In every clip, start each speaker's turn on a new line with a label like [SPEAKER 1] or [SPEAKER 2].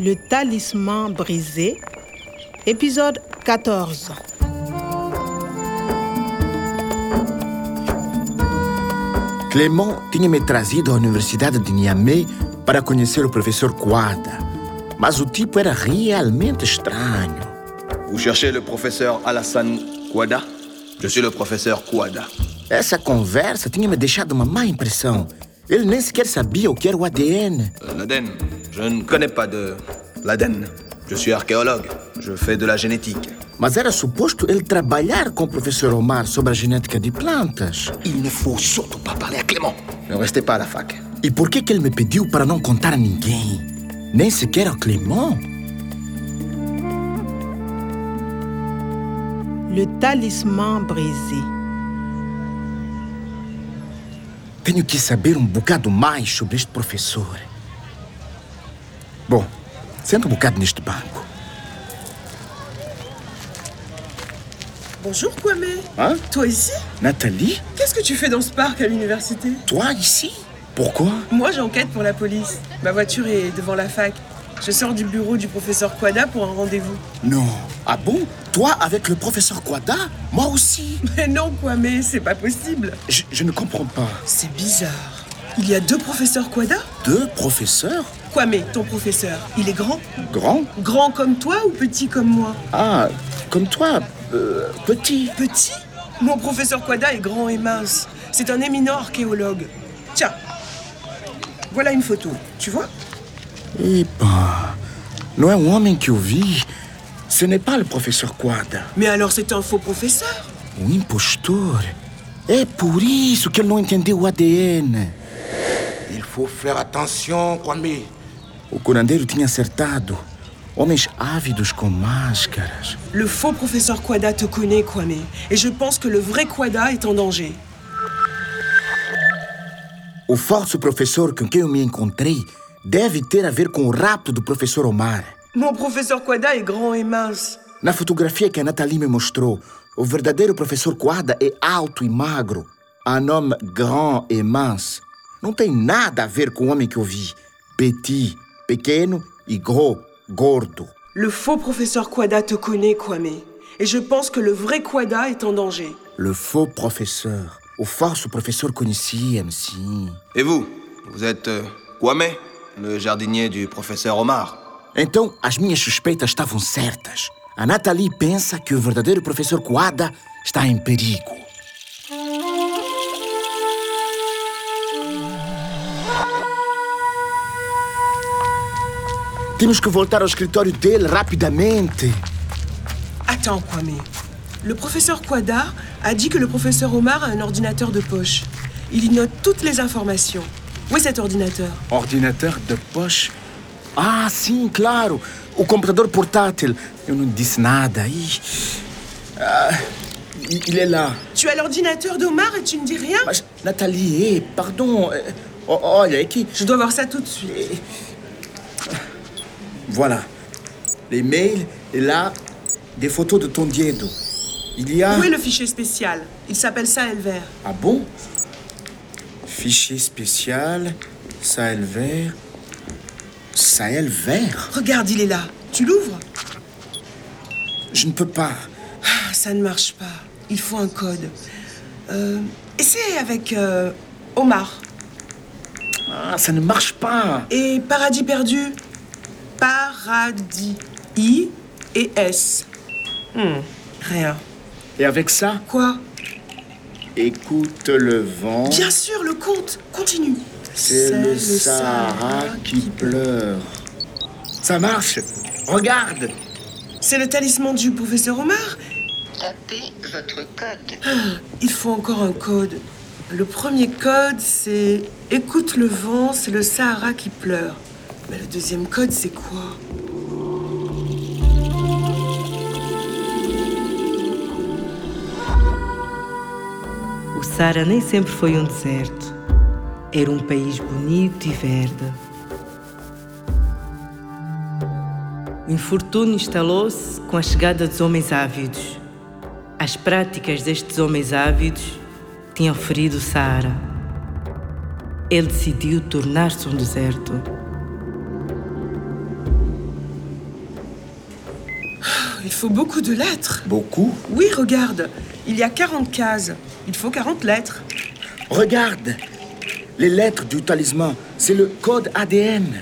[SPEAKER 1] Le talisman brisé, épisode 14.
[SPEAKER 2] Clément tinha-me trazido à Universidade de Niamey para conhecer o professor Quada, mas o tipo era realmente estranho.
[SPEAKER 3] Vous cherchez le professeur Alassane Kouada Je suis le professeur Kouada.
[SPEAKER 2] Essa conversa tinha-me deixado uma má impressão. Ele nem sequer sabia o que era o ADN.
[SPEAKER 3] Euh, L'Aden. Je ne connais pas de l'Aden. Je suis archéologue. Je fais de la génétique.
[SPEAKER 2] Mas era suposto ele trabalhar com o professor Omar sobre a genética de plantas.
[SPEAKER 3] Il ne faut surtout pas parler à Clément. Ne restez pas à la fac.
[SPEAKER 2] E por que, que ele me pediu para não contar a ninguém? Nem sequer ao Clément?
[SPEAKER 1] Le talisman brisé.
[SPEAKER 2] Tenho que saber um bocado mais sobre este professor. Bom, senta um bocado neste banco.
[SPEAKER 4] Bonjour Kwame.
[SPEAKER 2] Hein
[SPEAKER 4] Toi ici
[SPEAKER 2] Nathalie,
[SPEAKER 4] Qu'est-ce que tu fais dans ce parc à l'université
[SPEAKER 2] toi ici? Pourquoi?
[SPEAKER 4] Moi j'enquête pour la police. Ma voiture est devant la fac. Je sors du bureau du professeur Quada pour un rendez-vous.
[SPEAKER 2] Non. Ah bon? Toi avec le professeur Quada? Moi aussi.
[SPEAKER 4] Mais non Kwame, c'est pas possible.
[SPEAKER 2] Je, je ne comprends pas.
[SPEAKER 4] C'est bizarre. Il y a deux professeurs Quada
[SPEAKER 2] Deux professeurs?
[SPEAKER 4] Kwame, ton professeur, il est grand
[SPEAKER 2] Grands?
[SPEAKER 4] Grand comme toi ou petit comme moi
[SPEAKER 2] Ah, comme toi, euh, petit.
[SPEAKER 4] Petit Mon professeur Quada est grand et mince. C'est un éminent archéologue. Tiens, voilà une photo. Tu vois
[SPEAKER 2] Eh Epa, não é um homem que eu vi. Ce n'est pas le professeur Quada,
[SPEAKER 4] Mais alors c'est un faux professeur
[SPEAKER 2] um impostor. É por isso que ele não entendeu o ADN.
[SPEAKER 5] Il faut faire attention, Kwame.
[SPEAKER 2] O curandeiro tinha acertado. Homens ávidos com máscaras.
[SPEAKER 4] Le faux professeur Quada te connaît, Kwame, et je pense que le vrai Quada est en danger.
[SPEAKER 2] O falso professor com quem eu me encontrei deve ter a ver com o rapto do professor Omar.
[SPEAKER 4] Mon professeur Quada est grand et mince.
[SPEAKER 2] Na fotografia que a Nathalie me mostrou, o verdadeiro professor Quada é alto e magro. Um homem grand e mince. Não tem nada a ver com o homem que eu vi. Petit, pequeno, e gros, gordo.
[SPEAKER 4] Le faux professeur Quada te connaît, Kwame, et je pense que le vrai Quada est en danger.
[SPEAKER 2] Le faux professeur. O falso professor conhecia-me, sim.
[SPEAKER 3] Et vous Vous êtes euh, Kwame, le jardinier du professeur Omar.
[SPEAKER 2] Então, as minhas suspeitas estavam certas. A Nathalie pensa que o verdadeiro professor Coada está em perigo. Temos que voltar ao escritório dele rapidamente.
[SPEAKER 4] Attends, Kwame. Le professeur Quada a dit que le professeur Omar a un ordinateur de poche. Il y note toutes les informations. Où est cet ordinateur
[SPEAKER 2] Ordinateur de poche? Ah, sim, claro. O computador portátil. Eu não disse nada. Ih. Ah, ele é lá.
[SPEAKER 4] Tu as l'ordinateur d'Omar et tu ne dis rien
[SPEAKER 2] Mas, Nathalie, eh, pardon. eh, o- Olha, é que.
[SPEAKER 4] Je dois voir ça tout de suite.
[SPEAKER 2] Voilà. Les mails, et là, des photos de ton dedo. Il y a.
[SPEAKER 4] Où est le fichier spécial Il s'appelle ça, Elver.
[SPEAKER 2] Ah bon Fichier spécial, Sahel vert. Sahel vert
[SPEAKER 4] Regarde, il est là. Tu l'ouvres
[SPEAKER 2] Je ne peux pas.
[SPEAKER 4] Ah, Ça ne marche pas. Il faut un code. Euh, essaie avec euh, Omar.
[SPEAKER 2] Ah, ça ne marche pas.
[SPEAKER 4] Et Paradis perdu. Paradis. I et S. Hmm, Rien.
[SPEAKER 2] Et avec ça,
[SPEAKER 4] Quoi
[SPEAKER 2] écoute le vent.
[SPEAKER 4] Bien sûr, le compte. Continue.
[SPEAKER 2] C'est le Sahara qui pleure. Ça marche Regarde
[SPEAKER 4] C'est le talisman du professeur Omar.
[SPEAKER 6] Tapez votre code.
[SPEAKER 4] Il faut encore un code. Le premier code, c'est Écoute le vent, c'est le Sahara qui pleure. Mais le deuxième code, c'est quoi
[SPEAKER 7] O Sara nem sempre foi um deserto. Era um país bonito e verde. O infortúnio instalou-se com a chegada dos homens ávidos. As práticas destes homens ávidos tinham ferido o Saara. Ele decidiu tornar-se um deserto.
[SPEAKER 4] il faut beaucoup de lettres.
[SPEAKER 3] Beaucoup
[SPEAKER 4] Oui, regarde, il y a 40 cases. Il faut 40 lettres.
[SPEAKER 2] Regarde Les lettres du talisman, c'est le code ADN.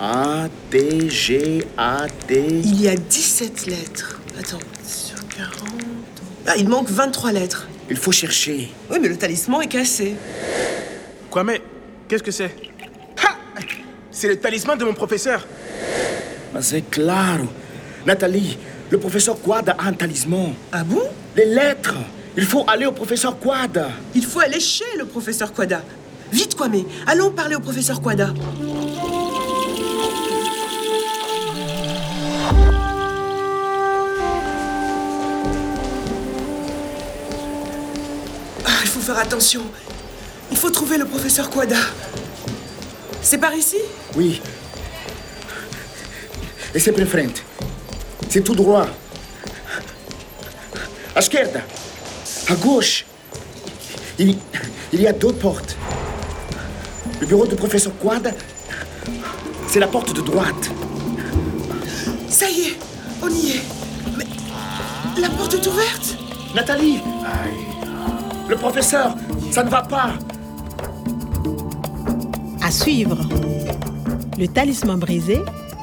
[SPEAKER 2] A, T, G, A, T.
[SPEAKER 4] Il y a 17 lettres. Attends, sur 40. Ah, il manque 23 lettres.
[SPEAKER 2] Il faut chercher.
[SPEAKER 4] Oui, mais le talisman est cassé.
[SPEAKER 8] Kwame, qu'est-ce que c'est Ha C'est le talisman de mon professeur.
[SPEAKER 2] Ah, C'est claro. Nathalie, le professeur Quad a un talisman.
[SPEAKER 4] Ah bon
[SPEAKER 2] Les lettres Il faut aller au professeur Quad.
[SPEAKER 4] Il faut aller chez le professeur Quada. Vite, Kwame, allons parler au professeur Quada. Ah, il faut faire attention. Il faut trouver le professeur Quada. C'est par ici
[SPEAKER 2] Oui. Et c'est en frente. C'est tout droit. À esquerda. À gauche. Il, il y a deux portes. Le bureau du professeur Quad, c'est la porte de droite.
[SPEAKER 4] Ça y est, on y est. Mais la porte est ouverte
[SPEAKER 2] Nathalie Le professeur, ça ne va pas.
[SPEAKER 1] À suivre. Le Talisman brisé,